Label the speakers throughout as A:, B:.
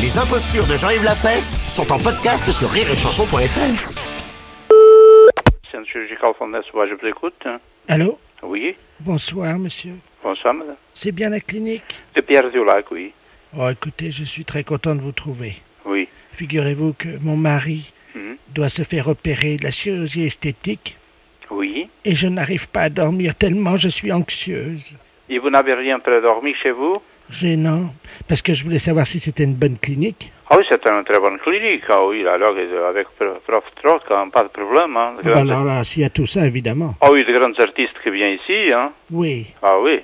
A: Les impostures de Jean-Yves Lafesse sont en podcast sur rireetchanson.fr.
B: C'est monsieur Gérard Fondas, je vous écoute. hein.
C: Allô
B: Oui,
C: Bonsoir, monsieur.
B: bonsoir madame.
C: C'est bien la clinique
B: De Pierre Diolac, oui.
C: Oh, écoutez, je suis très content de vous trouver.
B: Oui,
C: Figurez-vous que mon mari
B: Mhm.
C: doit se faire opérer de la chirurgie esthétique
B: oui.
C: et je n'arrive pas à dormir tellement je suis anxieuse.
B: Et vous n'avez rien prédormi chez vous
C: Gênant, parce que je voulais savoir si c'était une bonne clinique.
B: Ah oui, c'est une très bonne clinique. Ah oui, la langue est avec Pro- Prof Troc, hein, pas de problème. hein.
C: Ah, bah, alors là, s'il y a tout ça, évidemment.
B: Ah oui, de grands artistes qui viennent ici. Hein.
C: Oui.
B: Ah oui.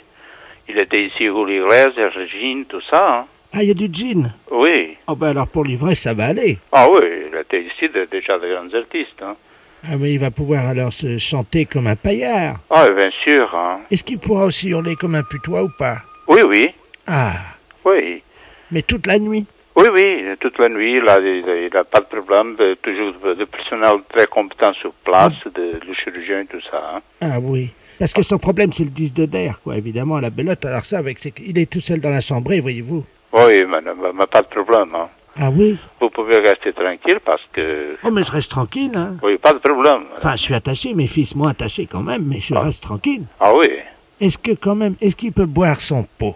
B: Il était ici, Julio Iglesias, Régine, tout ça. hein.
C: Ah, il y a du gin
B: Oui.
C: Oh, bah alors pour l'ivresse, ça va aller.
B: Ah oui, il était ici de- déjà de grands artistes. Hein.
C: Ah, mais il va pouvoir alors se chanter comme un paillard.
B: Ah bien sûr. hein.
C: Est-ce qu'il pourra aussi hurler comme un putois ou pas
B: Oui, oui.
C: Ah,
B: Oui.
C: mais toute la nuit
B: Oui, oui, toute la nuit, là, il n'a pas de problème, de- toujours de, de personnel très compétent sur place, de, le chirurgien et tout ça. hein.
C: Ah oui. Parce que son problème, c'est le 10 de d'air, quoi, évidemment, la belote. Alors ça, avec ses- il est tout seul dans la chambrée, voyez-vous.
B: Oui, madame, mais pas de problème. hein.
C: Ah oui
B: Vous pouvez rester tranquille parce que...
C: Oh, mais je reste tranquille, hein.
B: Oui, pas de problème.
C: Enfin, je suis attaché, mes fils m'ont attaché quand même, mais je
B: Ah.
C: reste tranquille.
B: Ah oui,
C: Est-ce que quand même, est-ce qu'il peut boire son pot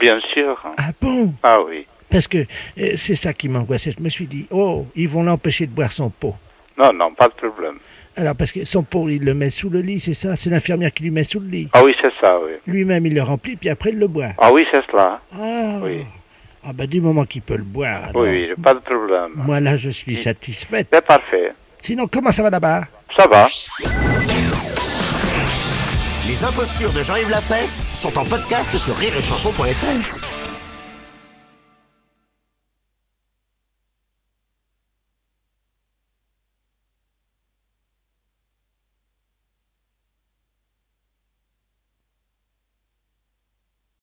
B: bien sûr. hein.
C: Ah bon
B: Ah oui.
C: Parce que euh, c'est ça qui m'angoissait. Je me suis dit, oh, ils vont l'empêcher de boire son pot.
B: Non, non, pas de problème.
C: Alors, parce que son pot, il le met sous le lit, c'est ça C'est l'infirmière qui lui met sous le lit.
B: Ah oui, c'est ça, oui.
C: Lui-même, il le remplit, puis après, il le boit.
B: Ah oui, c'est cela.
C: Ah
B: Oui.
C: Ah bah, du moment qu'il peut le boire, alors.
B: Oui, oui, pas de problème.
C: Moi, là, je suis satisfaite.
B: C'est parfait.
C: Sinon, comment ça va là-bas
B: Ça va.
A: Les impostures de Jean-Yves Lafesse sont en podcast sur rireetchanson.fr.